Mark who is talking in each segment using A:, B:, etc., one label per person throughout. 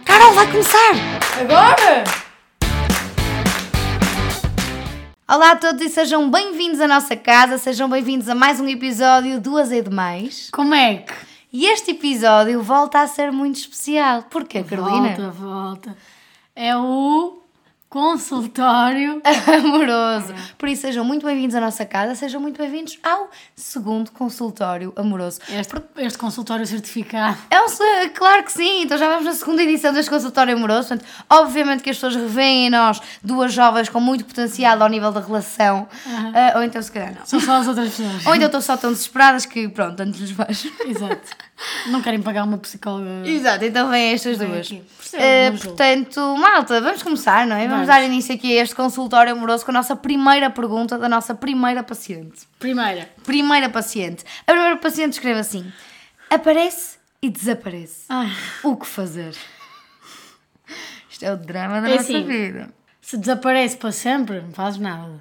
A: Então vai começar!
B: Agora?
A: Olá a todos e sejam bem-vindos à nossa casa, sejam bem-vindos a mais um episódio do Azedo Demais.
B: Como é que?
A: E este episódio volta a ser muito especial. Porquê, Carolina?
B: Volta, volta. É o consultório.
A: Amoroso. Por isso, sejam muito bem-vindos à nossa casa, sejam muito bem-vindos ao segundo consultório amoroso.
B: Este, este consultório certificado.
A: É um se- claro que sim, então já vamos na segunda edição deste consultório amoroso. Portanto, obviamente que as pessoas revêem em nós duas jovens com muito potencial ao nível da relação, Ah, ou então se calhar não.
B: São só as outras pessoas.
A: Ou então estão só tão desesperadas que pronto, tanto lhes faz.
B: Hum. Exato. Não querem pagar uma psicóloga.
A: Exato, então vêm estas
B: Vem
A: duas.
B: aqui. Percebo,
A: Eh,
B: não julgo.
A: portanto, malta, vamos começar, não é? Vamos,
B: Vamos.
A: dar início aqui a este consultório amoroso com a nossa primeira pergunta da nossa primeira paciente.
B: Primeira.
A: Primeira paciente. A primeira paciente escreve assim: aparece e desaparece.
B: Ah,
A: O que fazer? Isto é o drama da
B: É
A: nossa
B: assim.
A: vida.
B: se desaparece para sempre, não fazes nada.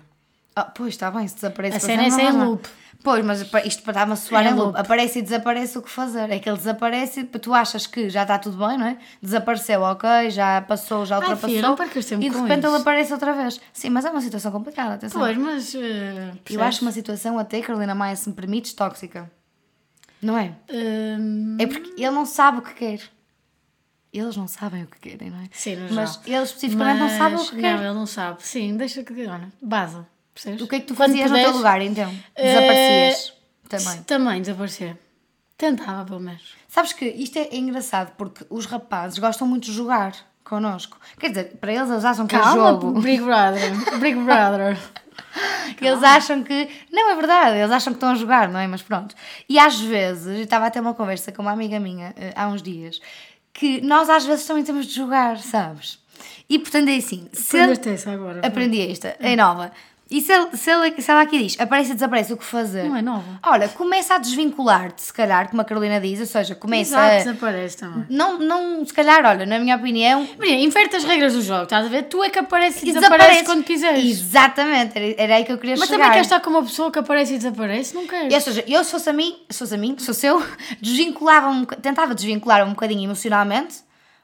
A: Ah, pois, está bem, se desaparece...
B: A
A: por
B: cena é
A: exemplo,
B: sem
A: não faz
B: loop.
A: nada. Pois, mas pa- isto estava a soar
B: É
A: em loop.
B: loop.
A: Aparece e desaparece, o que fazer? É que ele desaparece e tu achas que já está tudo bem, não é? Desapareceu, ok, já passou, já ultrapassou.
B: filha, não percas tempo
A: E de
B: com
A: repente ele
B: isso.
A: aparece outra vez. Sim, mas é uma situação complicada, atenção.
B: Pois, mas. eh,
A: Eu
B: percebes?
A: acho uma situação até, Carolina Maia, se me permites, tóxica. Não é?
B: Hum,
A: É porque ele não sabe o que quer. Eles não sabem o que querem, não é?
B: Sim, no
A: Mas
B: geral.
A: ele especificamente não sabe o
B: mas-
A: que quer.
B: Não, ele não sabe. Sim, deixa que. Olha, baza. Percebes?
A: O que é que tu
B: Quando
A: fazias no
B: puderes,
A: teu lugar então?
B: Eh,
A: Desaparecias também.
B: Também desaparecer. Tentava, pelo menos.
A: Sabes que isto é engraçado porque os rapazes gostam muito de jogar connosco. Quer dizer, para eles eles acham que é jogo.
B: Big Brother. Big Brother.
A: Eles acham que. Não é verdade, eles acham que estão a jogar, não é? Mas pronto. E às vezes, eu estava a ter uma conversa com uma amiga minha eh, há uns dias, que nós às vezes também temos de jogar, sabes? E portanto é assim. se ele-
B: Aprendeste essa agora.
A: Aprendi esta,
B: Uhum.
A: é nova. E se, ele- se, ele- se ela aqui diz, aparece e desaparece, o que fazer?
B: Não é nova.
A: Olha, começa a desvincular-te, se calhar, como a Carolina diz, ou seja, começa
B: Exato,
A: a...
B: desaparece também.
A: Não, não, se calhar, olha, na minha opinião...
B: Maria, inverte as regras do jogo, estás a ver? Tu é que aparece e,
A: e
B: desaparece quando quiseres.
A: Exatamente, era, era aí que eu queria
B: Mas
A: chegar.
B: também queres estar com uma pessoa que aparece e desaparece? Não queres.
A: E, ou seja, eu se fosse a mim, se fosse a mim, se fosse eu, desvinculava-me, um boca- tentava desvincular-me um bocadinho emocionalmente,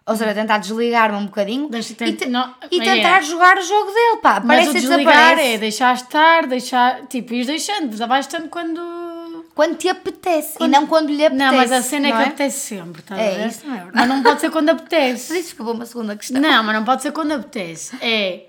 A: ou seja, tentar desligar-me um bocadinho
B: Deixa-
A: e, te-
B: não,
A: e
B: é.
A: tentar jogar o jogo dele, pá,
B: Mas
A: aparece
B: o
A: e
B: desligar
A: desaparece.
B: é deixar estar, deixar. Tipo, ires deixando, vais estando quando.
A: Quando te apetece e não quando lhe apetece.
B: Não, mas a cena é que
A: não
B: apetece sempre, estás
A: É,
B: a ver?
A: isso não é verdade.
B: Mas não pode ser quando apetece.
A: Mas isso ficou uma segunda questão.
B: Não, mas não pode ser quando apetece. É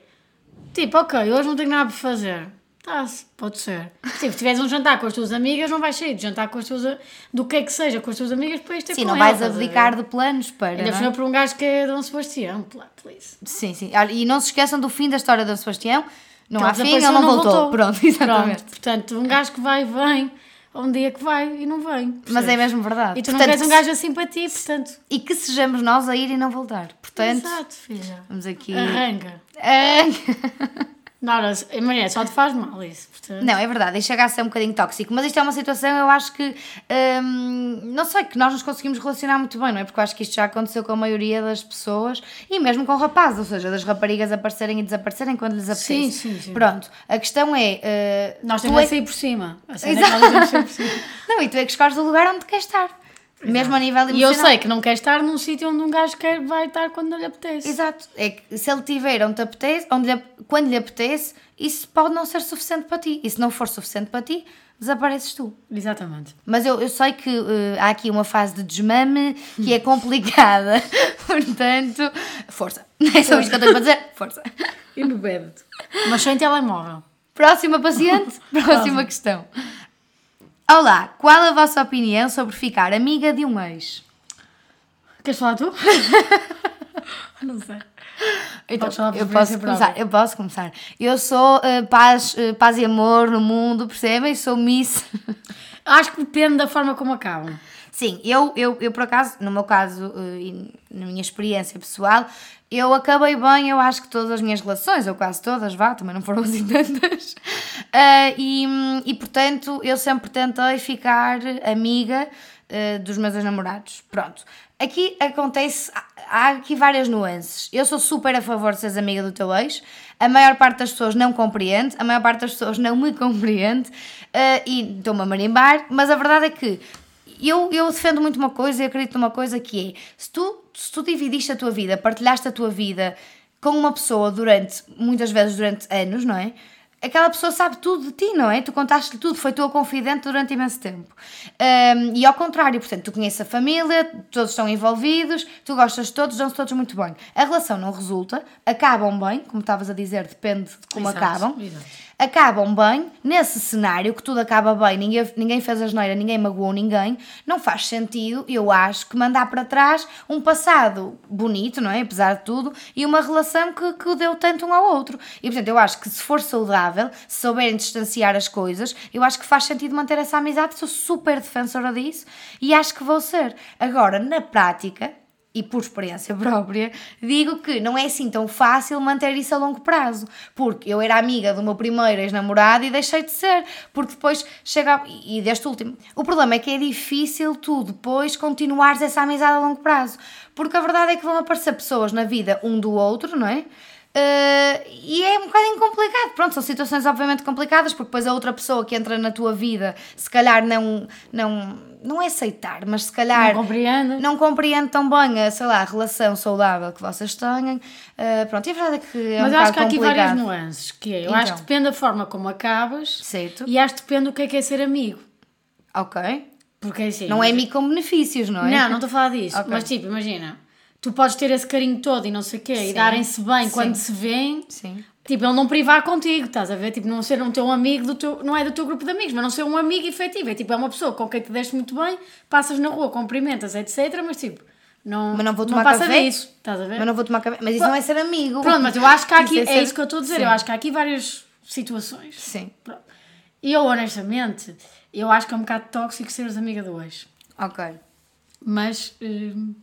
B: tipo, ok, hoje não tenho nada para fazer. Tá-se, pode ser. Tipo, se tiveres um jantar com as tuas amigas, não vais sair de jantar com as tuas. a- do que é que seja, com as tuas amigas, depois ter
A: Sim,
B: com
A: não
B: elas,
A: vais
B: estás a ver?
A: abdicar de planos para.
B: Ainda
A: não é?
B: foi por um gajo que é Dom Sebastião, pá, please.
A: Sim, sim. Olha, E não se esqueçam do fim da história do Sebastião. Não
B: Ele
A: há fim, ele
B: desapareceu,
A: não voltou. Pronto, exatamente.
B: Pronto, portanto, um gajo que vai, vem. Há um dia que vai e não vem.
A: Mas é
B: percebes?
A: mesmo verdade.
B: E tu não
A: Portanto,
B: queres um
A: que se-
B: gajo assim para ti, portanto.
A: E que sejamos nós a ir e não voltar. Portanto,
B: Exato, filha.
A: vamos aqui.
B: Arranca.
A: Ah,
B: Não, não, Maria, só te faz mal isso, portanto.
A: Não, é verdade, e chega a ser um bocadinho tóxico, mas isto é uma situação, eu acho que, hum, não sei, que nós nos conseguimos relacionar muito bem, não é? Porque eu acho que isto já aconteceu com a maioria das pessoas e mesmo com rapazes, ou seja, das raparigas aparecerem e desaparecerem quando lhes apetece.
B: Sim, sim, sim.
A: Pronto, a questão é... uh,
B: Nós
A: tu
B: temos
A: é-
B: a sair por cima. A cena é que
A: Exato.
B: nós temos de sair por cima.
A: Não, e tu é que escolhes o lugar onde queres estar, mesmo a nível
B: E eu
A: emocional.
B: sei que não quer estar num sítio onde um gajo quer, vai estar quando lhe apetece.
A: Exato, é que se ele tiver onde te apetece, onde lhe ap- quando lhe apetece, isso pode não ser suficiente para ti, e se não for suficiente para ti, desapareces tu.
B: Exatamente.
A: Mas eu, eu sei que eh, há aqui uma fase de desmame que é complicada. Portanto, força. É só isto que eu tenho para dizer. Força.
B: E no bebe Mas só em telemóvel.
A: Próxima paciente, próxima questão. Olá, qual a vossa opinião sobre ficar amiga de um ex?
B: Queres falar tu? não sei.
A: Então,
B: Podes falar por
A: eu posso
B: experiência própria.
A: começar. Eu posso começar. Eu sou eh, paz, eh, paz e amor no mundo, percebem? Sou miss.
B: Acho que depende da forma como acabam.
A: Sim, eu, eu, eu por acaso, no meu caso eh, e na minha experiência pessoal, eu acabei bem, eu acho que todas as minhas relações, ou quase todas, vá, também não foram assim tantas. Ah, e, hum, e portanto, eu sempre tentei ficar amiga eh, dos meus ex-namorados. Pronto. Aqui acontece, há- há aqui várias nuances. Eu sou super a favor de seres amiga do teu ex, a maior parte das pessoas não compreende, a eh, maior parte das pessoas não me compreende, ah, e estou-me a marimbar, mas a verdade é que eu, eu defendo muito uma coisa e acredito numa coisa que é: se tu, se tu dividiste a tua vida, partilhaste a tua vida com uma pessoa durante, muitas vezes durante anos, não é? Aquela pessoa sabe tudo de ti, não é? Tu contaste-lhe tudo, foi tua confidente durante imenso tempo. Ahm, e ao contrário, portanto, tu conheces a família, todos estão envolvidos, tu gostas de todos, dão-se todos muito bem. A relação não resulta, acabam bem, como estavas a dizer, depende de como
B: Exato,
A: acabam
B: exato.
A: acabam bem, um nesse cenário que tudo acaba bem, ninguém, ninguém fez a geneira, ninguém magoou ninguém, não faz sentido, eu acho, que mandar para trás um passado bonito, não é? Apesar de tudo, e uma relação que, que deu tanto um ao outro. E portanto, eu acho que se for saudável, se souberem distanciar as coisas, eu acho que faz sentido manter essa amizade, sou super defensora disso e acho que vou ser. Agora, na prática, e por experiência própria, digo que não é assim tão fácil manter isso a longo prazo, porque eu era amiga do meu primeiro ex-namorado e deixei de ser, porque depois chega e deste último. O problema é que é difícil tu depois continuares essa amizade a longo prazo, porque a verdade é que vão aparecer pessoas na vida um do outro, não é? Eh, e é um bocadinho complicado. Pronto, são situações obviamente complicadas, porque depois a outra pessoa que entra na tua vida, se calhar não, não, não é aceitar, mas se calhar
B: Não compreende.
A: não compreendo tão bem a, sei lá, a relação saudável que vocês têm. Ah, pronto, e a verdade é que é
B: Mas
A: um
B: eu
A: bocado
B: acho que há aqui
A: complicado.
B: várias nuances, que é, eu acho que
A: Então.
B: depende da forma como acabas
A: Certo.
B: e acho que depende do que é que é ser amigo.
A: Ok.
B: Porque assim...
A: Não é amigo com benefícios, não é?
B: Não, não estou a falar disso.
A: Ok.
B: Mas tipo, imagina, tu podes ter esse carinho todo e não sei o quê,
A: Sim.
B: e darem-se bem
A: Sim.
B: quando se vêem.
A: Sim.
B: Tipo, ele não privar contigo, estás a ver? Tipo, não ser um teu amigo do teu. Não é do teu grupo de amigos, mas não ser um amigo efetivo. É tipo, é uma pessoa com quem te deste muito bem, passas na rua, cumprimentas, etc. Mas tipo, não.
A: Mas não vou tomar
B: passa
A: café.
B: disso, estás a ver?
A: Mas não vou tomar cabelo. Mas isso não é ser amigo.
B: Pronto, mas eu acho que há aqui.
A: Isso
B: É,
A: ser-
B: isso que eu estou a dizer.
A: Sim.
B: Eu acho que há aqui várias situações.
A: Sim.
B: Pronto. E eu, honestamente, eu acho que é um bocado tóxico seres amiga do ex.
A: Ok.
B: Mas. hum,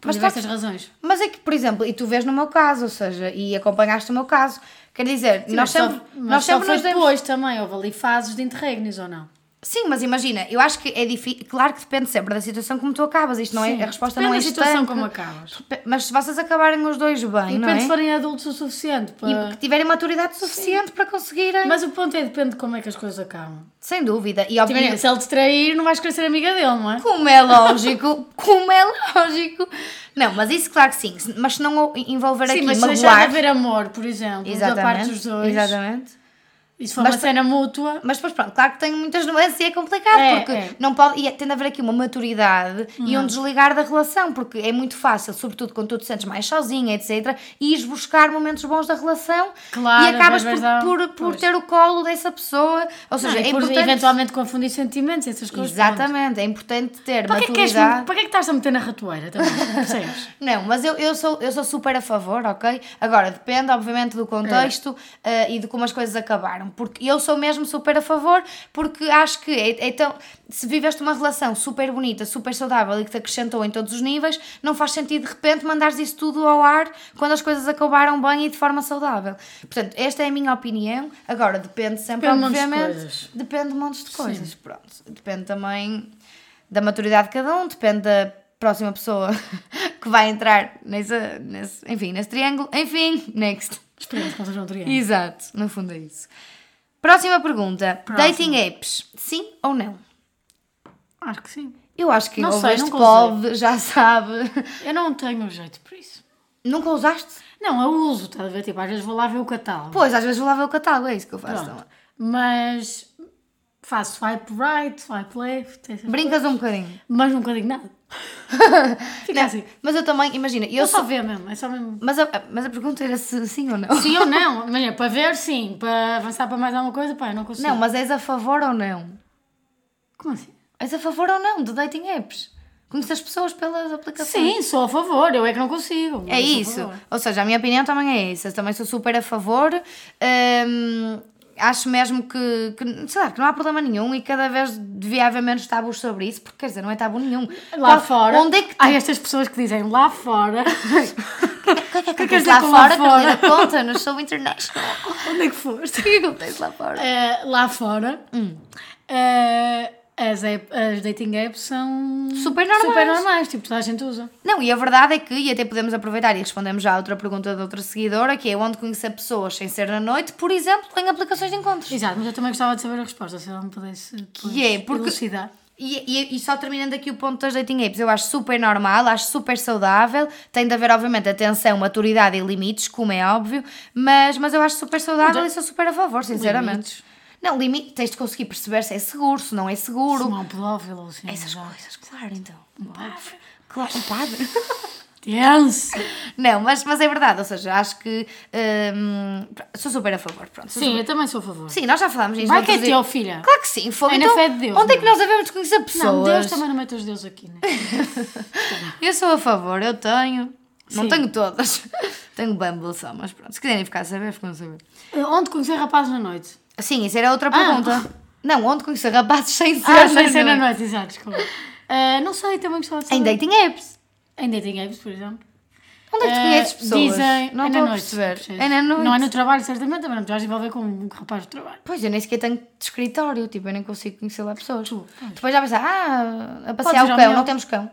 B: por
A: Mas
B: diversas
A: tóxico-
B: razões.
A: Mas é que, por exemplo, e tu vês no meu caso, ou seja, e acompanhaste o meu caso. Quer dizer, nós
B: Mas só-
A: sempre,
B: mas
A: nós
B: só
A: sempre
B: foi
A: nos demos
B: depois também, houve ali fases de interregnos ou não?
A: Sim, mas imagina, eu acho que é difícil. Claro que depende sempre da situação como tu acabas. Isto não
B: Sim,
A: é. A resposta
B: depende
A: não é
B: da situação
A: estanque.
B: como acabas.
A: Mas se vocês acabarem os dois bem,
B: E
A: não
B: depende
A: é?
B: se forem adultos o suficiente para.
A: E que tiverem maturidade suficiente para conseguirem.
B: Mas o ponto é depende de como é que as coisas acabam.
A: Sem dúvida. E
B: Tipo,
A: obviamente.
B: se ele te trair, não vais querer ser amiga dele, não é?
A: Como é lógico, como é lógico. Não, mas isso claro que sim. se- Mas se não o envolver
B: Sim,
A: aqui
B: mas se deixar de
A: magoar.
B: haver amor, por exemplo, da parte dos dois,
A: Exatamente.
B: e se for
A: Mas
B: uma cena mútua,
A: Mas depois, pronto, claro que tenho muitas nuances e é complicado,
B: É,
A: porque
B: é. Uhum.
A: não pode. E tem de haver aqui uma maturidade e um desligar da relação, porque é muito fácil, sobretudo quando tu te sentes mais sozinha, etc., ires buscar momentos bons da relação
B: Claro,
A: e acabas
B: vais
A: por,
B: dar- um
A: por, por
B: pois.
A: ter o colo dessa pessoa. Ou
B: não,
A: seja,
B: e
A: é
B: por
A: importante.
B: eventualmente confundir sentimentos, essas coisas. pronto.
A: Exatamente, é importante ter
B: Para que, é que queres,
A: maturidade.
B: para que é que estás a meter na ratoeira também? Percebes?
A: Não, mas eu, eu, sou, eu sou super a favor, ok? Agora, depende, obviamente, do contexto
B: É.
A: eh, e de como as coisas acabaram. Porque eu sou mesmo super a favor, porque acho que é, é tão- se viveste uma relação super bonita, super saudável e que te acrescentou em todos os níveis, não faz sentido de repente mandares isso tudo ao ar quando as coisas acabaram bem e de forma saudável. Portanto, esta é a minha opinião. Agora, depende sempre,
B: Depende de montes de
A: obviamente.
B: coisas.
A: Depende de montes de coisas, pronto. Depende também da maturidade de cada um, depende da próxima pessoa que vai entrar nesse, nesse- enfim, nesse triângulo. Enfim, next.
B: Experiência com o João Adriano.
A: Exato, no fundo é isso. Próxima pergunta.
B: Próxima.
A: Dating apps, sim ou não?
B: Acho que sim.
A: Eu acho que
B: Não
A: ouve
B: sei,
A: este
B: nunca
A: pobre, já sabe.
B: Eu não tenho jeito para isso.
A: Nunca usaste?
B: Não, eu uso, estás a ver? Tipo, às vezes vou lá ver o catálogo.
A: Pois, às vezes vou lá ver o catálogo, é isso que eu faço.
B: Pronto.
A: também.
B: Mas faço swipe right, swipe left, essas
A: Brincas um bocadinho.
B: Mas nunca digo nada. Fica assim.
A: Mas eu também, imagina, eu,
B: Eu
A: só.
B: só ver mesmo, é só mesmo.
A: Mas a, mas a pergunta era se sim ou não.
B: Sim ou não? Imagina, para ver, sim. Para avançar para mais alguma coisa, pá, eu não consigo.
A: Não, mas és a favor ou não?
B: Como assim?
A: És a favor ou não de dating apps? Conheces as pessoas pelas aplicações?
B: Sim, sou a favor, eu é que não consigo.
A: É
B: Eu sou a
A: isso.
B: favor.
A: Ou seja, a minha opinião também é essa. Eu também sou super a favor. Hum, acho mesmo que, que, sei lá, que não há problema nenhum e cada vez devia haver menos tabus sobre isso, porque quer dizer, não é tabu nenhum.
B: Lá
A: Qual-
B: fora. Ah,
A: Onde é que
B: Há estas pessoas que dizem lá fora.
A: O que é que acontece
B: queres dizer
A: lá
B: com lá
A: fora? Carolina,
B: fora?
A: conta-nos, sou international.
B: Onde é que foste?
A: O que é que acontece lá fora?
B: Eh, lá fora.
A: Hum.
B: eh, as, app- as dating apps são.
A: Super normais.
B: Super normais, tipo, toda a gente usa.
A: Não, e a verdade é que, e até podemos aproveitar e respondemos já a outra pergunta de outra seguidora, que é onde conhecer pessoas sem ser na noite, por exemplo, em aplicações de encontros.
B: Exato, mas eu também gostava de saber a resposta, se ela me pudesse
A: Que é, porque-
B: elucidar.
A: E, e- e só terminando aqui o ponto das dating apps, eu acho super normal, acho super saudável. Tem de haver, obviamente, atenção, maturidade e limites, como é óbvio, mas, mas eu acho super saudável e sou super a favor, sinceramente.
B: Limites.
A: Não, limite, tens de conseguir perceber se é seguro, se não é seguro.
B: Não, pedófilo, assim.
A: Essas
B: já.
A: coisas, claro, então. Um padre. Claro, um padre.
B: Tenso.
A: Não, mas, mas é verdade, ou seja, acho que hum, sou super a favor, pronto. sou
B: Sim, eu também sou a favor.
A: super- Sim, nós já falámos disso.
B: Vai que é
A: noutros
B: teu,
A: di-
B: filha.
A: Claro que sim, foi.
B: É na
A: Então,
B: fé de Deus,
A: onde é que
B: não é?
A: nós devemos conhecer pessoas?
B: Não, Deus também não mete os deuses aqui, né?
A: Eu sou a favor, eu tenho. Não
B: Sim.
A: tenho todas. tenho Bumble só, mas pronto. Se quiserem ficar a saber, ficam a saber.
B: Eh, Onde conhecer rapaz na noite?
A: Sim, isso era outra pergunta. Não, onde conhecer rapazes Ah. sem ser.
B: Ah,
A: sem
B: sem
A: ser
B: ser na noite, exato, desculpa. Eh, não sei, também gostava de saber.
A: Em dating apps.
B: Em dating apps, por exemplo.
A: Onde é que tu
B: Eh,
A: conheces pessoas?
B: Dizem,
A: não
B: é
A: estou
B: na
A: a
B: noite.
A: perceber.
B: percebes?
A: É na noite.
B: Não é no trabalho, certamente, também não te vais envolver com um rapaz do trabalho.
A: Pois, eu nem sequer tenho de escritório, tipo, eu nem consigo conhecer lá pessoas. Depois já pensar, ah, a passear
B: ir
A: o
B: ao
A: cão,
B: meu.
A: não temos cão.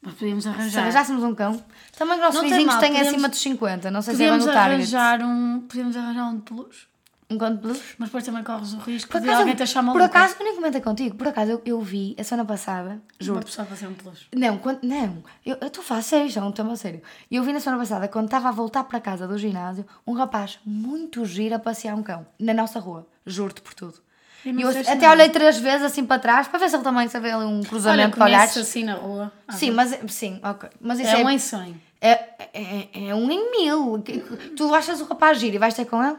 B: Mas podíamos
A: Se
B: arranjar.
A: arranjássemos um cão. Também os nossos
B: Não tem
A: vizinhos
B: mal,
A: têm
B: podemos-
A: acima dos 50, não sei se é bem
B: podíamos
A: no target.
B: arranjar um. Podíamos arranjar um de peluche.
A: Um cão de peluche.
B: Mas depois também corres o risco
A: Por
B: de
A: acaso,
B: alguém te achar
A: por
B: maluco.
A: acaso, eu nem comentei contigo, por acaso eu, eu vi a semana passada, juro.
B: Uma pessoa vai ser um peluche.
A: Não, quando, não, eu estou a falar sério, já, um tema a sério. E eu vi na semana passada, quando estava a voltar para casa do ginásio, um rapaz muito giro a passear um cão, na nossa rua, juro-te por tudo.
B: Eu
A: E
B: não
A: eu
B: sei se
A: até
B: não.
A: olhei três vezes assim para trás, para ver se ele também se vê ali um
B: Olha,
A: cruzamento de olhares.
B: conheces assim na rua. Ah,
A: Sim, mas, sim, ok. Mas isso
B: É
A: é,
B: um em sonho.
A: é, é, é um em mil. Que- que- Tu achas o rapaz giro e vais ter com ele?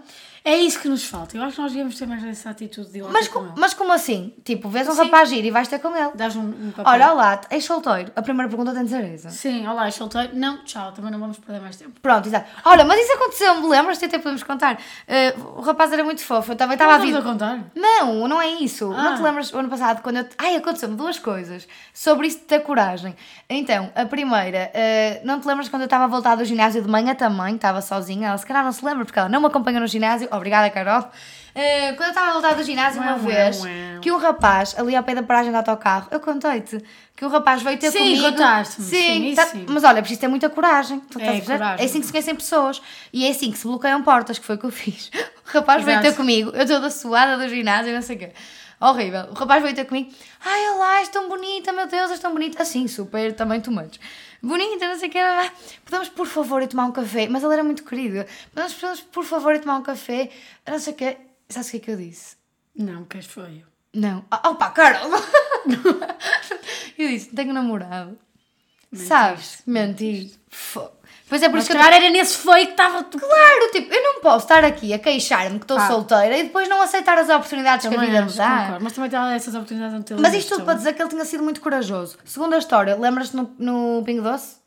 B: É isso que nos falta. Eu acho que nós devíamos ter mais essa atitude de ir lá
A: Mas,
B: ter
A: com-
B: com ele.
A: mas como assim? Tipo, vês um
B: Sim.
A: rapaz giro e vais ter com ele.
B: Dás um, um papel.
A: Olha, olá, és solteiro? A primeira pergunta tem de ser essa.
B: Sim, olá, és solteiro. Não, tchau, também não vamos perder mais tempo.
A: Pronto, exato. Olha, mas isso aconteceu-me, lembras-te? Até podemos contar. Eh, o rapaz era muito fofo, eu também estava a
B: Não
A: vir.
B: estamos a contar.
A: Não, não é isso. Não
B: Ah.
A: te lembras o ano passado quando eu. te- Ai, aconteceu-me duas coisas sobre isso de ter coragem. Então, a primeira, eh, não te lembras quando eu estava a voltar do ginásio de manhã também, estava sozinha, ela se calhar não se lembra porque ela não me acompanhou no ginásio. Obrigada, Carol. Eh, quando eu estava a voltar do ginásio uma
B: Uau, uau,
A: vez,
B: uau.
A: que um rapaz, ali ao pé da paragem do autocarro, eu contei-te que o rapaz veio ter
B: Sim,
A: comigo.
B: contaste-me. Sim,
A: tá-
B: isso sim.
A: mas olha, é preciso ter muita coragem. Tu estás a
B: É,
A: perceber?
B: coragem.
A: É assim que se conhecem pessoas. E é assim que se bloqueiam portas, que foi o que eu fiz. O rapaz veio ter
B: Exato.
A: comigo, eu toda suada do ginásio, não sei o quê. Horrível. O rapaz veio ter comigo, ai, olá, és tão bonita, meu Deus, és tão bonita. Assim, super, também tomates. Bonita, não sei o quê. blá, blá. Podemos, por favor, ir tomar um café? Mas ele era muito querido. Podemos, podemos por favor, ir tomar um café? Não sei o quê. Sabes o que é que eu disse?
B: Não, que és feio.
A: Não. Oh, opa, Carol! eu disse, tenho namorado. Sabes? Mentir. Fo- Pois é por
B: Mas
A: isso
B: se
A: que eu
B: calhar era nesse feio que estava.
A: Claro, tipo, eu não posso estar aqui a queixar-me que estou
B: Claro.
A: solteira e depois não aceitar as oportunidades que a vida me
B: acho,
A: dá.
B: concordo. Mas também tem essas oportunidades onde
A: Mas isto tudo para dizer que ele tinha sido muito corajoso. Segundo a história, lembras-te no, no Pingo Doce?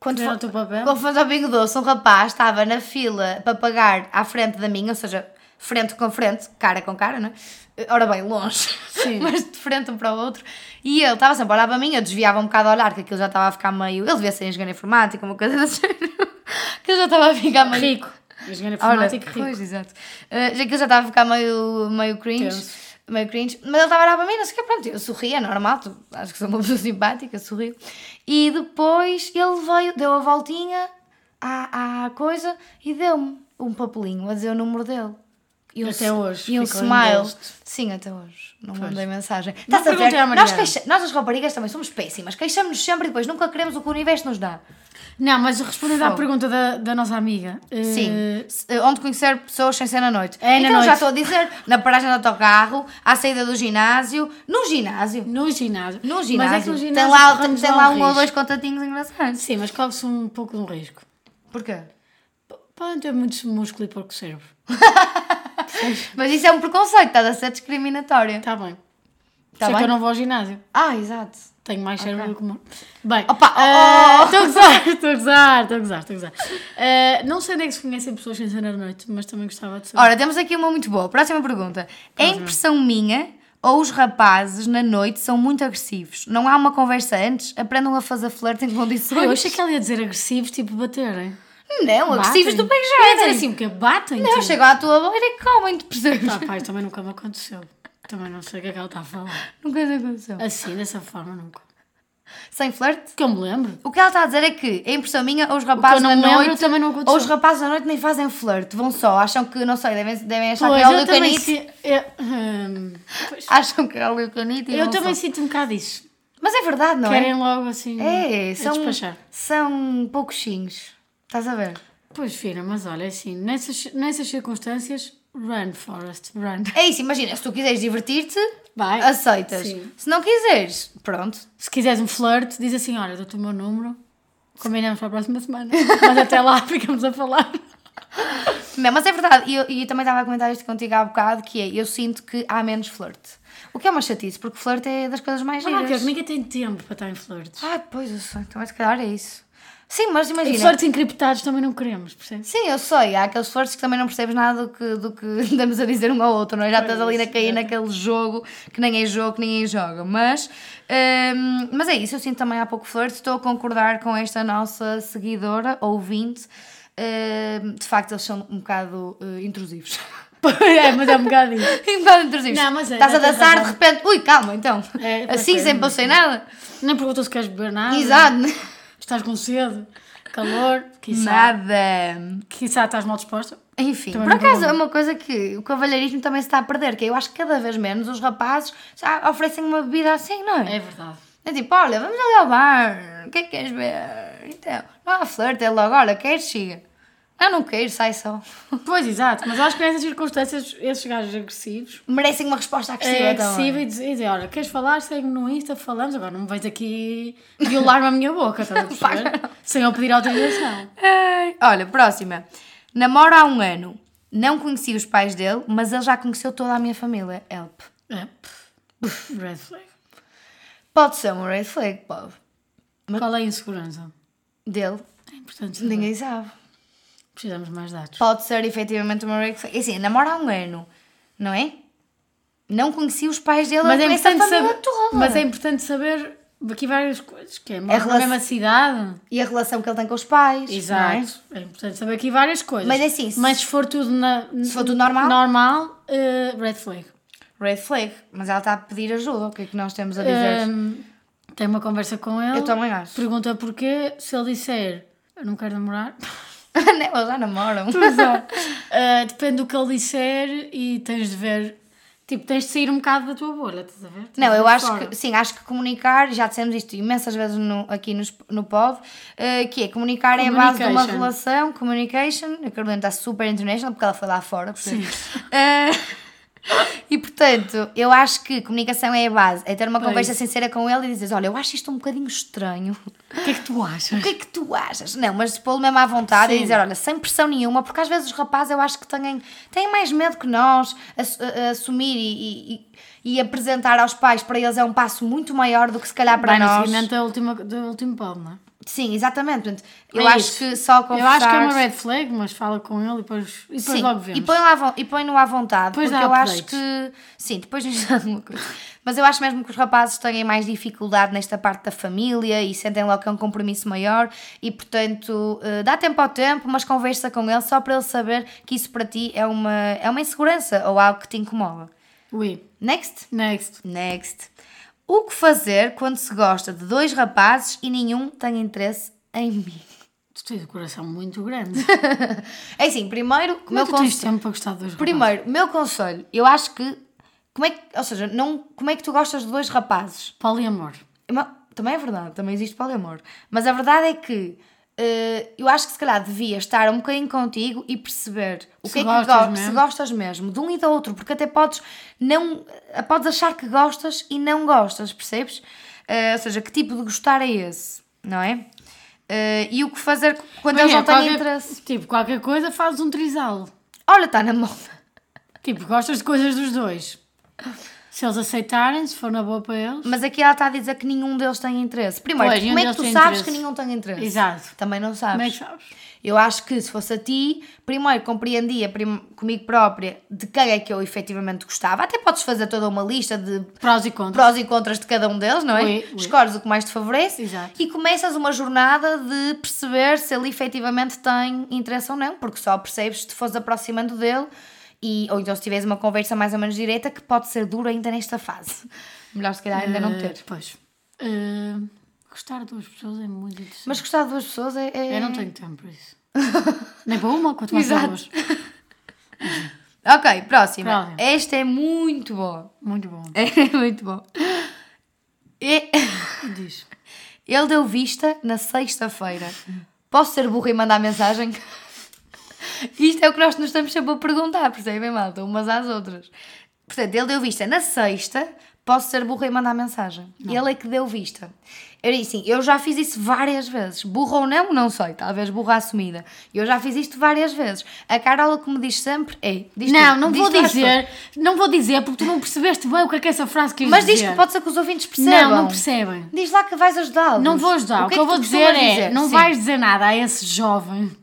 A: Quando
B: Fizeram
A: foi,
B: o teu papel?
A: quando fomos ao Pingo Doce, um rapaz estava na fila para pagar à frente da minha, ou seja, frente com frente, cara com cara, não é? Ora bem, longe,
B: Sim.
A: mas de frente um para o outro. E ele estava sempre a olhar para mim, eu desviava um bocado a olhar, que aquilo já estava a ficar meio. Ele devia ser engenheiro informático, uma coisa desse género. Que ele já estava a ficar meio.
B: Rico. Mas ganha
A: Ora,
B: informática rico.
A: Pois, exato. Uh, já que eu já estava a ficar meio, meio cringe.
B: Tenso.
A: Meio cringe. Mas ele estava a olhar para mim, não sei o que, pronto. Eu sorri, é normal, tu- acho que sou uma pessoa simpática, sorriu. E depois ele veio, deu a voltinha à, à coisa e deu-me um papelinho a dizer o número dele. E um
B: Até
A: s-
B: hoje,
A: E um
B: ficou em
A: smile.
B: gosto.
A: Sim, até hoje. Não mandei mensagem. Estás a ver?
B: perguntei à
A: Nós,
B: Mariana.
A: queixa- nós as raparigas também somos péssimas. Queixamos-nos sempre e depois nunca queremos o que o universo nos dá.
B: Não, mas respondendo à
A: Fogo.
B: pergunta da, da nossa amiga. eh,
A: Sim, se- onde conhecer pessoas sem ser na noite.
B: É, na
A: então
B: noite.
A: já estou a dizer, na paragem do autocarro, à saída do ginásio, no ginásio.
B: No ginásio.
A: No ginásio.
B: Mas é que no
A: tem
B: ginásio
A: lá, tem,
B: corremos
A: tem lá um ou
B: risco.
A: dois contatinhos engraçados.
B: Sim, mas corre-se um pouco de um risco.
A: Porquê?
B: Podem ter muitos músculo e pouco cérebro.
A: Mas isso é um preconceito, estás a ser discriminatória.
B: Está bem.
A: Tá
B: Sei
A: bem?
B: que eu não vou ao ginásio.
A: Ah, exato.
B: Tenho mais cérebro do que humor. Bem,
A: Opa, oh,
B: eh, estou a gozar, estou a gozar, estou a gozar, estou a gozar. Eh, não sei onde é que se conhecem pessoas sem ser à noite, mas também gostava de saber.
A: Ora, temos aqui uma muito boa. Próxima pergunta. É impressão minha ou os rapazes na noite são muito agressivos? Não há uma conversa antes? Aprendam a fazer flerte em
B: Ah, eu
A: condições?
B: achei que ela ia dizer agressivos, tipo baterem.
A: Não, agressivos do
B: Batem.
A: beijar.
B: Eu ia dizer assim, porque batem.
A: Não,
B: tipo.
A: chegam à tua beira e comem-te, percebes?
B: Tá, pá, isso também nunca me aconteceu. Também não sei o que é que ela está a falar.
A: Nunca te aconteceu.
B: Assim, dessa forma, nunca.
A: Sem flerte?
B: Que eu me lembro.
A: O que ela está a dizer é que, a impressão minha, ou os rapazes
B: não
A: na
B: me lembro,
A: noite.
B: também não aconteceu.
A: Ou os rapazes na noite nem fazem flirt, vão só. Acham que, não sei, devem, devem achar
B: Pois,
A: que é óleo
B: eu também,
A: canite.
B: si, eu, hum, pois,
A: Acham que é óleo canite e
B: eu
A: vão
B: também
A: só.
B: sinto um bocado isso.
A: Mas é verdade, não
B: Querem logo assim
A: é?
B: a
A: É, são,
B: despachar.
A: são poucochinhos. Estás a ver?
B: Pois, filha, mas olha, assim, nessas, nessas circunstâncias, run, Forrest, run.
A: É isso, imagina, se tu quiseres divertir-te,
B: Vai.
A: aceitas.
B: Sim.
A: Se não quiseres, pronto.
B: Se quiseres um flirt, diz assim, olha, dou-te o meu número, combinamos para a próxima semana. Mas até lá ficamos a falar.
A: Não, mas é verdade, e eu, e eu também estava a comentar isto contigo há bocado, que é, eu sinto que há menos flirte. O que é uma chatice, porque flirte é das coisas mais
B: Ah, não,
A: giras.
B: Deus, ninguém tem tempo para estar em flirts.
A: Ah, pois, eu sei, então se calhar é isso. Sim, mas
B: E
A: imagina...
B: flirts encriptados também não queremos, percebes?
A: Sim, eu sei, há aqueles flirts que também não percebes nada do que, do que andamos a dizer um ao outro, não é? Já estás ali a
B: isso,
A: cair
B: é.
A: naquele jogo que nem é jogo, que ninguém joga, mas... hum, mas é isso, eu sinto também há pouco flirt, estou a concordar com esta nossa seguidora, ouvinte, hum, de facto eles são um bocado eh, intrusivos.
B: é, mas é um bocado isso.
A: Um bocado intrusivos.
B: Não, mas é,
A: Estás a
B: não tens
A: dançar de
B: razão.
A: repente. Ui, calma, então.
B: É, pois
A: assim,
B: é,
A: sem
B: não
A: passei nada.
B: Nem perguntou se queres beber nada.
A: Exato.
B: Estás com sede, calor, quiçá,
A: Nada.
B: quiçá estás mal disposta.
A: Enfim,
B: Também
A: por
B: não
A: acaso
B: vou.
A: é uma coisa que o cavalheirismo também se está a perder, que eu acho que cada vez menos os rapazes já oferecem uma bebida assim, não é?
B: É verdade.
A: É tipo, olha, vamos ali ao bar, o que é que queres ver? Então, não há flerte, é logo, olha, queres, chega. Ah, não quero, sai só.
B: Pois, exato. Mas eu acho que nessas circunstâncias, esses gajos agressivos...
A: Merecem uma resposta agressiva.
B: É
A: também.
B: agressivo e diz- e dizer, olha, queres falar, segue-me no Insta, falamos. Agora não me vais aqui violar-me a minha boca, estás a perceber? Sem eu pedir autorização.
A: Ai, Olha, próxima. Namoro há um ano. Não conheci os pais dele, mas ele já conheceu toda a minha família. Help.
B: É, pff, red flag.
A: Pode ser um red flag, pode.
B: Qual é a insegurança?
A: Dele,
B: É importante saber.
A: ninguém sabe.
B: Precisamos de mais dados.
A: Pode ser efetivamente uma red flag. E assim, namoro há um ano, não é? Não conheci os pais dele, mas
B: Mas
A: eu
B: é,
A: conheço a
B: importante
A: família
B: saber,
A: toda.
B: mas é importante saber aqui várias coisas, que é,
A: A
B: moram na
A: relação-
B: mesma cidade.
A: E a relação que ele tem com os pais. não é?
B: Exato. É? importante saber aqui várias coisas.
A: Mas, assim, se-
B: Mas se for tudo, na,
A: Se for tudo normal?
B: normal eh, red flag.
A: Red flag. Mas ela está a pedir ajuda. O que é que nós temos a dizer?
B: Hum, tem uma conversa com ele.
A: eu também acho.
B: Pergunta porquê, se ele disser eu não quero namorar,
A: não, eles já namoram.
B: ah, depende do que ele disser e tens de ver, tipo, tens de sair um bocado da tua bolha, estás a ver? Tens
A: Não,
B: de
A: eu
B: ver
A: acho
B: fora.
A: que, sim, acho que comunicar, já dissemos isto imensas vezes no- aqui nos- no pod, eh, que é comunicar é a base de uma
B: Communication.
A: relação, communication, a Carolina está super international porque ela foi lá fora, portanto. Eh, e portanto, eu acho que comunicação é a base, é ter uma conversa sincera com ele e dizer, olha, eu acho isto um bocadinho estranho,
B: O que é que tu achas?
A: o que é que tu achas? Não, mas pô-lo mesmo à vontade e
B: Sim.
A: dizer, olha, sem pressão nenhuma, porque às vezes os rapazes eu acho que têm, têm mais medo que nós ass- a- a assumir e, e- e- e apresentar aos pais para eles é um passo muito maior do que se calhar para
B: Vai no
A: nós.
B: seguimento da última, do último palmo, não é?
A: Sim, exatamente. Portanto, eu
B: É
A: acho
B: isso.
A: que só conversar...
B: Eu acho que é uma red flag, mas fala com ele e depois, e depois
A: Sim,
B: logo vemos.
A: e põe-no à, vo- e põe-no à vontade,
B: Depois
A: porque
B: dá
A: eu acho
B: updates.
A: que. Sim, depois nos dá alguma coisa. Mas eu acho mesmo que os rapazes têm mais dificuldade nesta parte da família e sentem logo que é um compromisso maior e, portanto, eh, dá tempo ao tempo, mas conversa com ele só para ele saber que isso para ti é uma, é uma insegurança ou algo que te incomoda.
B: Ui,
A: Next?
B: next.
A: Next. O que fazer quando se gosta de dois rapazes e nenhum tem interesse em mim?
B: Tu tens o coração muito grande.
A: É assim, primeiro, o
B: Como é
A: meu
B: que tu tens
A: conselho-
B: tempo para gostar dos
A: Primeiro, meu conselho, eu acho que. Como é que, ou seja, não, como é que tu gostas de dois rapazes?
B: Poliamor.
A: É uma- Também é verdade, também existe poliamor. Mas a verdade é que eh, eu acho que se calhar devia estar um bocadinho contigo e perceber o
B: Se
A: que é que
B: gostas
A: gostas, se
B: mesmo.
A: gostas mesmo de um e do outro, porque até podes não eh, podes achar que gostas e não gostas, percebes? Eh, ou seja, que tipo de gostar é esse, não é? Eh, e o que fazer quando eles
B: Olha,
A: não têm
B: é, qualquer-
A: interesse?
B: Tipo, qualquer coisa fazes um trisal.
A: Olha, está na moda.
B: Tipo, gostas de coisas dos dois. Se eles aceitarem, se for na boa para eles.
A: Mas aqui ela está a dizer que nenhum deles tem interesse. Primeiro,
B: Pois,
A: como é
B: nenhum
A: que tu
B: deles tem
A: sabes
B: interesse.
A: que nenhum tem interesse?
B: Exato.
A: Também não sabes.
B: Como é que sabes?
A: Eu acho que se fosse a ti, primeiro compreendia prim- comigo própria de quem é que eu efetivamente gostava. Até podes fazer toda uma lista de
B: Prós e contras.
A: prós e contras de cada um deles, não é?
B: Ui, ui.
A: Escolhes o que mais te favorece
B: Exato.
A: e começas uma jornada de perceber se ele efetivamente tem interesse ou não, porque só percebes se te fores aproximando dele e, ou então se tiveres uma conversa mais ou menos direta que pode ser dura ainda nesta fase. Melhor se calhar ainda não
B: Eh,
A: ter.
B: Pois. Eh, Gostar de duas pessoas é muito difícil.
A: Mas gostar de duas pessoas é. é-
B: Eu não tenho tempo para isso. Nem para uma, quanto mais para
A: Exato.
B: duas.
A: Ok, próxima.
B: Próxima.
A: Esta é muito boa.
B: Muito bom.
A: É muito É- bom. E-
B: Diz.
A: Ele deu vista na sexta-feira. Posso ser burra e mandar mensagem? Isto é o que nós nos estamos sempre a perguntar, percebem, malta? Umas às outras. Portanto, ele deu vista na sexta. Posso ser burra e mandar mensagem? Ele é que deu vista. Eu disse assim, eu já fiz isso várias vezes. Burra ou não, não sei. Talvez burra assumida. Eu já fiz isto várias vezes. A Carola, que me diz sempre, é... diz
B: Não,
A: tu,
B: não
A: diz
B: vou
A: tu às pessoas.
B: dizer. Não vou dizer porque tu não percebeste bem o que é que essa frase quis
A: Mas diz
B: dizer.
A: que pode ser que os ouvintes percebam.
B: Não, não percebem.
A: Diz lá que vais ajudá-los.
B: Não vou ajudar. O que, eu
A: tu
B: vou dizer
A: costumas
B: é, não
A: Sim.
B: vais dizer nada a esse jovem,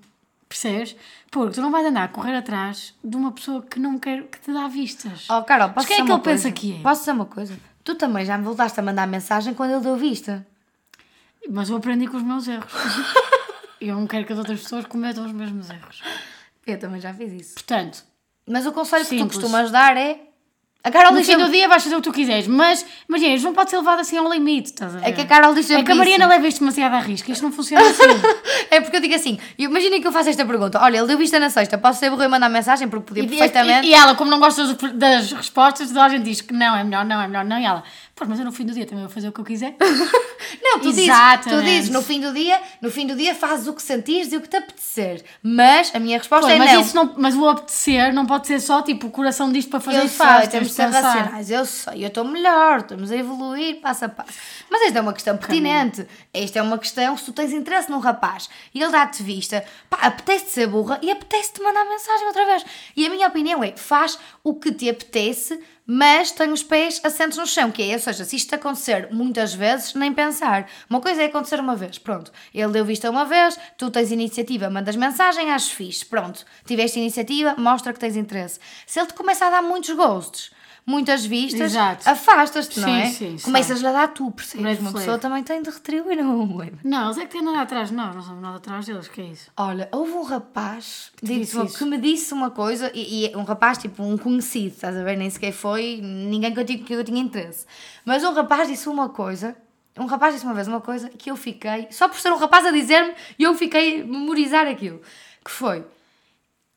B: percebes? Porque tu não vais andar a correr atrás de uma pessoa que não quer, que te dá vistas.
A: Oh, Carol, posso
B: Mas quem é
A: dizer
B: que
A: uma
B: ele pensa
A: coisa?
B: que é?
A: Posso dizer uma coisa? Tu também já me voltaste a mandar mensagem quando ele deu vista.
B: Mas eu aprendi com os meus erros. eu não quero que as outras pessoas cometam os mesmos erros.
A: Eu também já fiz isso.
B: Portanto,
A: Mas o conselho que tu
B: Simples.
A: costumas dar é... A Carol
B: no
A: diz
B: fim do
A: sempre...
B: dia vais fazer o que tu quiseres, mas imagina, isto não pode ser levado assim ao limite, estás a ver?
A: É que a Carol diz
B: É
A: sempre
B: que a Mariana
A: isso.
B: leva isto demasiado a risco, isto não funciona assim.
A: É porque eu digo assim, eu- imagina que eu faço esta pergunta. Olha, ele deu vista na sexta, posso ser burro e mandar mensagem? Porque podia
B: E,
A: perfeitamente.
B: e- e ela, como não gosta das, das respostas, toda a gente diz que não, é melhor, não, é melhor, não. E ela, pô, mas eu no fim do dia também vou fazer o que eu quiser.
A: Não, tu dizes, tu
B: Exatamente.
A: dizes, no fim do dia, no fim do dia fazes o que sentires e o que te apetecer. Mas a minha resposta
B: Pô,
A: é
B: mas,
A: não.
B: Isso não. Mas o apetecer não pode ser só tipo o coração disto para fazer
A: Eu
B: e
A: sei,
B: faz.
A: temos
B: Temos
A: de
B: que
A: ser
B: pensar.
A: racionais, eu sei, eu estou melhor, estamos a evoluir passo a passo. Mas esta é uma questão pertinente. Esta é uma questão, se tu tens interesse num rapaz e ele dá-te vista, pá, apetece-te ser burra e apetece-te mandar mensagem outra vez. E a minha opinião é, faz o que te apetece, mas tem os pés assentos no chão, que é, ou seja, se isto te acontecer muitas vezes, nem pensar. Uma coisa é acontecer uma vez, pronto. Ele deu vista uma vez, tu tens iniciativa, mandas mensagem, acho fixe, pronto. Tiveste iniciativa, mostra que tens interesse. Se ele te começa a dar muitos ghosts, muitas vistas,
B: Exato.
A: afastas-te, não
B: Sim,
A: é?
B: sim, sim.
A: Começas a dar tu, percebes?
B: Red
A: Uma
B: flag.
A: pessoa também tem de retribuir, não é?
B: Não, eles é que têm nada atrás de nós, não somos nada atrás deles, que é isso.
A: Olha, houve um rapaz que,
B: disse
A: disse uma-
B: isso?
A: que me disse uma coisa, e, e um rapaz, tipo, um conhecido, estás a ver? Nem sequer foi ninguém que eu, tinha, que eu tinha interesse. Mas um rapaz disse uma coisa, um rapaz disse uma vez uma coisa que eu fiquei, só por ser um rapaz a dizer-me, eu fiquei a memorizar aquilo. Que foi: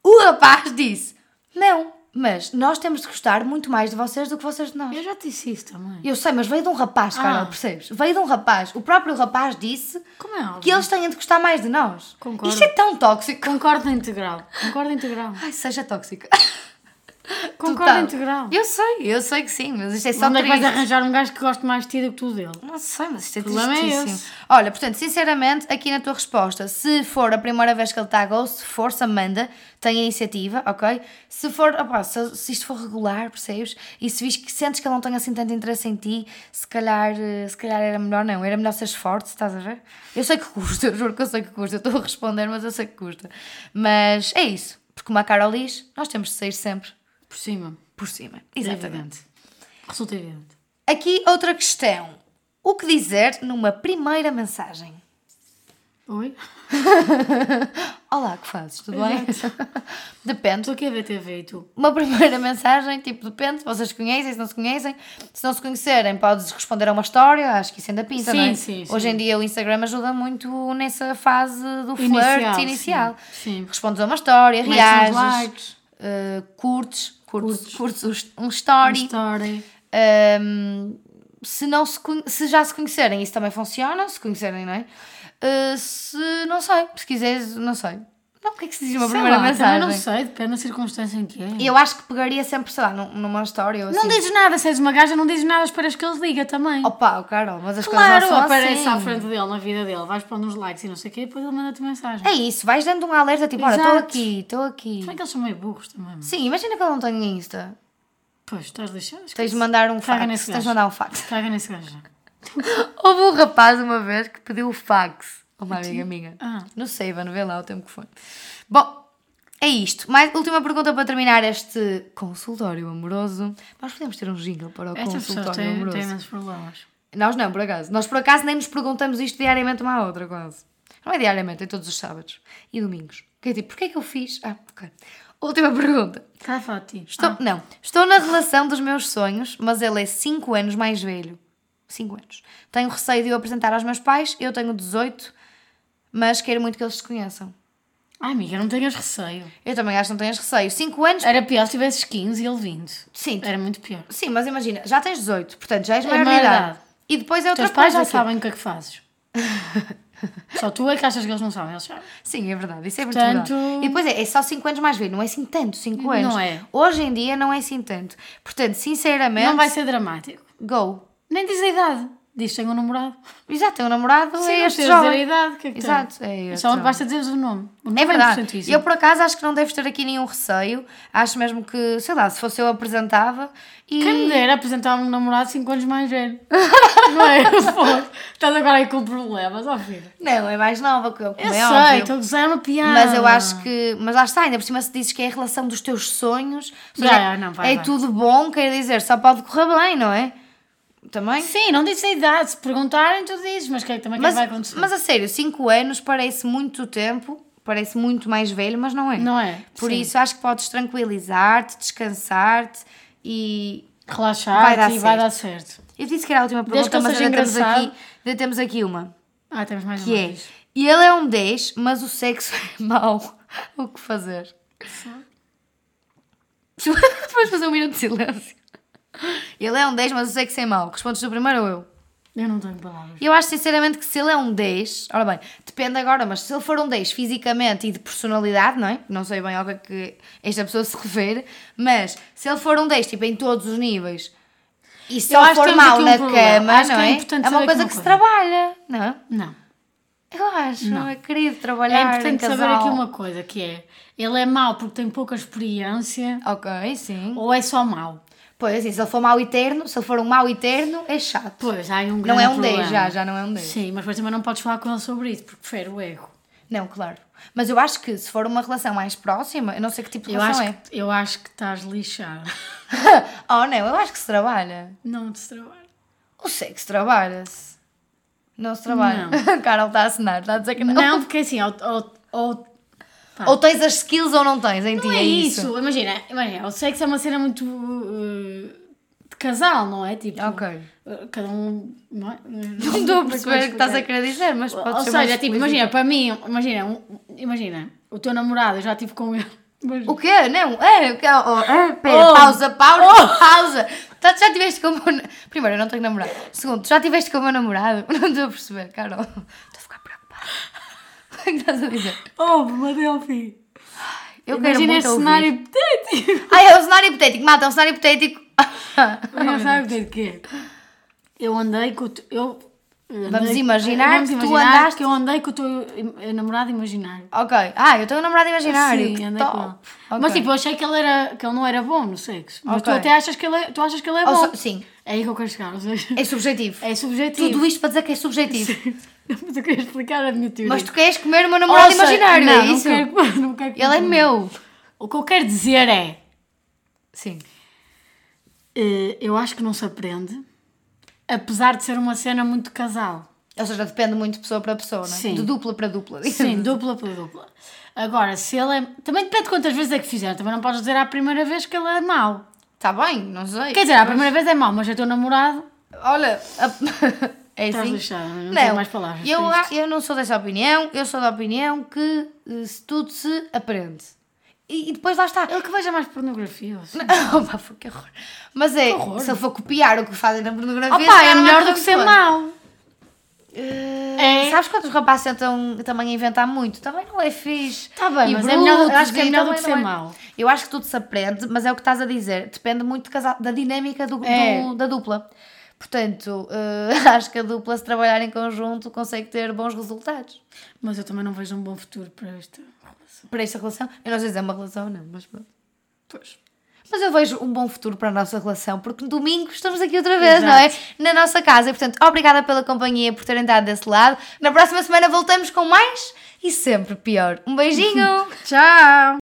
A: o rapaz disse, não, mas nós temos de gostar muito mais de vocês do que vocês de nós.
B: Eu já te disse isso também.
A: Eu sei, mas veio de um rapaz, Carol,
B: Ah.
A: percebes? Veio de um rapaz. O próprio rapaz disse
B: Como é óbvio?
A: que eles têm de gostar mais de nós.
B: Concordo.
A: Isto é tão tóxico.
B: Concordo integral. Concordo integral.
A: Ai, seja tóxico.
B: Concordo
A: Total.
B: integral.
A: Eu sei, eu sei que sim, mas isto é só
B: Onde é que vais
A: triste.
B: arranjar um gajo que goste mais de ti do que tu dele?
A: Não sei, mas isto é
B: problema é
A: tristíssimo.
B: esse.
A: Olha, portanto, sinceramente, aqui na tua resposta, se for a primeira vez que ele está a ghost, força, manda, tem iniciativa, ok? Se for, opá, se, se isto for regular, percebes? E se vis que sentes que ele não tem assim tanto interesse em ti, se calhar, eh, se calhar era melhor não, era melhor seres forte, estás a ver? Eu sei que custa, eu juro que eu sei que custa, eu estou a responder, mas eu sei que custa. Mas é isso, porque como a Carol diz, nós temos de sair sempre
B: Por cima.
A: por cima.
B: É
A: Exatamente.
B: evidente. Resulta evidente.
A: Aqui outra questão. O que dizer numa primeira mensagem?
B: Oi?
A: Olá, que fazes? Tudo bem? depende.
B: Estou aqui a ver TV e tu?
A: Uma primeira mensagem, tipo, depende se vocês conhecem, se não se conhecem. Se não se conhecerem, podes responder a uma história, acho que isso ainda pinta,
B: Sim,
A: não é?
B: sim, sim.
A: Hoje em dia o Instagram ajuda muito nessa fase do
B: Inicial,
A: flirt
B: sim.
A: inicial.
B: Sim.
A: Respondes a uma história,
B: Como é que são os
A: reages,
B: likes?
A: eh, curtes, curtes,
B: Curtes.
A: curtes os- um story.
B: Story.
A: Ahm, se, não se, conhe- se já se conhecerem, isso também funciona, se conhecerem, não é? Ah, se não sei, se quiseres, não sei. Não, o que é que se diz uma
B: Sei
A: primeira
B: lá,
A: mensagem?
B: também não sei, depende da circunstância em que é.
A: Eu acho que pegaria sempre, sei lá, num- numa história ou
B: Não
A: assim.
B: dizes nada, se és uma gaja, não dizes nada, esperas que ele liga também.
A: Opa, oh, Carol, mas as
B: claro,
A: coisas não são
B: aparece
A: assim.
B: à frente dele, na vida dele, vais pondo uns likes e não sei o quê, e depois ele manda-te mensagem.
A: É isso, vais dando um alerta, tipo, olha, estou
B: Exato.
A: aqui, estou aqui.
B: Como é que eles são meio burros também? mano?
A: Sim, imagina que eu não tenho Insta.
B: Pois, estás deixando.
A: Tens de mandar um
B: Caga
A: fax.
B: nesse
A: Tens de
B: gajo.
A: mandar um fax.
B: Caga nesse gajo.
A: Houve um rapaz uma vez que pediu o fax a uma amiga minha.
B: Ah.
A: Não sei, Ivana, vê lá o tempo que foi. Bom, é isto. Mais, última pergunta para terminar este consultório amoroso. Nós podemos ter um jingle para o
B: Estas pessoas
A: consultório
B: têm,
A: amoroso.
B: têm imensos problemas.
A: Nós não, por acaso. Nós, por acaso, nem nos perguntamos isto diariamente uma à outra, quase. Não é diariamente, é todos os sábados e domingos. Que é tipo, porquê é que eu fiz? Ah, ok. Última pergunta.
B: Está Ah, a falar de ti.
A: Estou, Não. Estou na relação dos meus sonhos, mas ele é 5 anos mais velho. 5 anos. Tenho receio de eu apresentar aos meus pais, eu tenho 18, mas quero muito que eles se conheçam.
B: Ai, amiga, não tenhas receio.
A: Eu também acho que não tenhas receio. 5 anos.
B: Era pior se tivesses 15 e ele 20.
A: Sim, tu-
B: Era muito pior.
A: sim, mas imagina, já tens 18, portanto já és
B: É
A: maior de
B: maioridade.
A: idade. E depois é outra
B: Teus pais já
A: coisa que-
B: sabem o que é que fazes. Só tu é que achas que eles não sabem, eles sabem.
A: Sim, é verdade, isso é muito
B: Portanto-
A: verdade. E depois é, é só 5 anos mais velho, não é assim tanto, 5
B: Não
A: anos.
B: é.
A: Hoje em dia não é assim tanto. Portanto, sinceramente,
B: Não vai ser dramático.
A: go.
B: Nem diz a idade. Diz que tem um namorado.
A: Exato, tem um namorado,
B: Sim,
A: é
B: não
A: este
B: precisas dizer a
A: jovem.
B: idade. o Que é que tem.
A: Exato, é este
B: Só
A: jovem.
B: basta dizeres o nome. O nome
A: É verdade.
B: importantíssimo.
A: Eu, por acaso, acho que não deves ter aqui nenhum receio. Acho mesmo que, sei lá, se fosse eu apresentava e.
B: Quem me dera apresentar um namorado 5 anos mais velho. não é? Pô, Estás agora aí com problemas, ó filho.
A: Não, é mais nova, que eu, como
B: Eu
A: é
B: sei,
A: óbvio.
B: estou a gozar uma piada.
A: Mas eu acho que. Mas lá está, ainda por cima se dizes que é a relação dos teus sonhos. ou seja,
B: Já, já, não, vai,
A: é
B: vai.
A: tudo bom, quer dizer, só pode correr bem, não é? Também?
B: Sim, não disse a idade. Se perguntarem, tu dizes. Mas que é que também que
A: mas,
B: vai acontecer?
A: mas a sério, 5 anos parece muito tempo, parece muito mais velho, mas não é.
B: Não é?
A: Por
B: Sim.
A: isso acho que podes tranquilizar-te, descansar-te e.
B: Relaxar
A: Vai dar
B: e vai dar certo.
A: Eu disse que era a última
B: Desde que
A: pergunta,
B: ele
A: mas
B: seja
A: ainda temos,
B: engraçado.
A: aqui, ainda temos aqui uma.
B: Ah, temos mais
A: Que
B: uma
A: é.
B: vez.
A: E ele é um 10, mas o sexo é mau. O que fazer? Vamos fazer um minuto de silêncio. Ele é um 10, mas o sexo é mau. Respondes tu primeiro ou eu?
B: Eu não tenho palavras.
A: Eu acho sinceramente que se ele é um 10, ora bem, depende agora, mas se ele for um 10 fisicamente e de personalidade, não é? Não sei bem ao que é que esta pessoa se refere, mas se ele for um 10, tipo, em todos os níveis, e se
B: Eu
A: ele
B: acho que
A: for
B: temos
A: mal
B: aqui um
A: na
B: problema.
A: cama,
B: Acho que
A: não
B: é
A: é?
B: importante
A: é uma
B: saber
A: coisa
B: aqui
A: que se
B: uma
A: trabalha, não é?
B: Não.
A: Eu acho, não é querido trabalhar
B: É
A: em
B: importante
A: casal.
B: saber aqui uma coisa, que é... Ele é mau porque tem pouca experiência
A: Ok, sim.
B: ou é só mau?
A: Pois assim, se ele for mau eterno, se ele for um mau eterno, é chato.
B: Pois, há aí um grande
A: não é um 10
B: problema.
A: já, já não é um 10.
B: Sim, mas depois também não podes falar com ele sobre isso, porque prefere o ego.
A: Não, claro. Mas eu acho que se for uma relação mais próxima, eu não sei que tipo de
B: Eu acho,
A: relação é.
B: que, eu acho que estás lixada.
A: oh, não, eu acho que se trabalha.
B: Não te trabalho.
A: O sexo trabalha-se. Não se trabalha. Carol está a assinar, está a dizer que não.
B: Não, porque assim, ou, ou, ou-
A: Ou tens as skills ou não tens, em ti
B: não
A: é, isso.
B: Imagina, imagina, o sexo é uma cena muito uh, de casal, não é? Tipo,
A: Ok.
B: uh, cada um. Não, é?
A: Não estou a perceber o que estás a querer dizer, mas pode
B: Ou
A: ser
B: seja,
A: mais
B: tipo,
A: explícito.
B: imagina, para mim, imagina, um- imagina, o teu namorado, eu já estive com ele.
A: O quê? Não, é, o quê? Oh, é, pera,
B: Oh.
A: pausa, pausa, pausa. Tá, tu já tiveste com o meu... na- Primeiro, eu não tenho namorado. Segundo, tu já tiveste com o meu namorado? Não estou a perceber, Carol. Estou a ficar preocupada. O que é que estás a dizer?
B: Ouve, Madelfi.
A: Eu
B: Imagina
A: quero muito
B: este
A: ouvir.
B: cenário hipotético.
A: Ai, é um cenário hipotético. Malta, é um cenário hipotético.
B: Não sabe o que é. Eu andei com o teu. Eu,
A: Vamos imaginar
B: vamos
A: que tu
B: imaginar
A: andaste-
B: que eu andei com o teu im- namorado imaginário.
A: ok. Ah, eu tenho um namorado imaginário.
B: Sim,
A: que
B: andei
A: top.
B: com ele.
A: Ok.
B: Mas tipo, eu achei que ele, era, que ele não era bom no sexo. Mas
A: Ok.
B: tu até achas que ele é, tu achas que ele é
A: Ou
B: bom.
A: se- sim,
B: É aí que eu quero chegar. Ou seja,
A: é subjetivo.
B: é subjetivo.
A: Tudo isto para dizer que é subjetivo.
B: Mas eu queria explicar a minha teoria.
A: Mas tu queres comer o meu
B: Ou
A: namorado
B: seja,
A: imaginário,
B: não,
A: é
B: não
A: isso?
B: quero que- não quero que-
A: Ele é meu.
B: O que eu quero dizer é.
A: Sim.
B: eh, Eu acho que não se aprende, apesar de ser uma cena muito casal.
A: Ou seja, depende muito de pessoa para pessoa, não é?
B: Sim.
A: De dupla para dupla.
B: Sim, dupla por dupla. Agora, se ele é. Também depende de quantas vezes é que fizeram. Também não podes dizer à primeira vez que ele é mau.
A: Está Tá bem, não sei.
B: Quer dizer, à primeira vez é mau, mas é teu namorado.
A: Olha, a- é
B: Estás
A: assim.
B: lixada, não tenho mais palavras
A: Eu,
B: para
A: a- eu não sou dessa opinião, eu sou da opinião que eh, se tudo se aprende. E, e depois lá está.
B: Ele que veja mais pornografia. ou Assim.
A: Opa, foi que horror. Mas é,
B: horror.
A: se ele for copiar o que fazem na pornografia. se
B: Opa,
A: calhar
B: é
A: não
B: melhor
A: vai
B: do que ser
A: tanto.
B: mau.
A: Eh,
B: É.
A: Sabes quantos rapazes tentam também inventar muito? Também não é fixe.
B: Tá bem,
A: E
B: mas é melhor- eu acho que
A: brutos e
B: é melhor do
A: também
B: que ser
A: não é-
B: mau.
A: Eu acho que tudo se aprende, mas é o que estás a dizer. Depende muito de casa- da dinâmica do-
B: É.
A: do- da dupla. Portanto, eh, acho que a dupla, se trabalhar em conjunto, consegue ter bons resultados
B: Mas eu também não vejo um bom futuro para esta relação.
A: para esta relação. Eu não sei se é uma relação, não, mas pronto. Mas eu vejo um bom futuro para a nossa relação, porque no domingo estamos aqui outra vez,
B: Exato.
A: não é? Na nossa casa. E, portanto, obrigada pela companhia, por terem estado desse lado. Na próxima semana voltamos com mais e sempre pior. Um beijinho!
B: Tchau!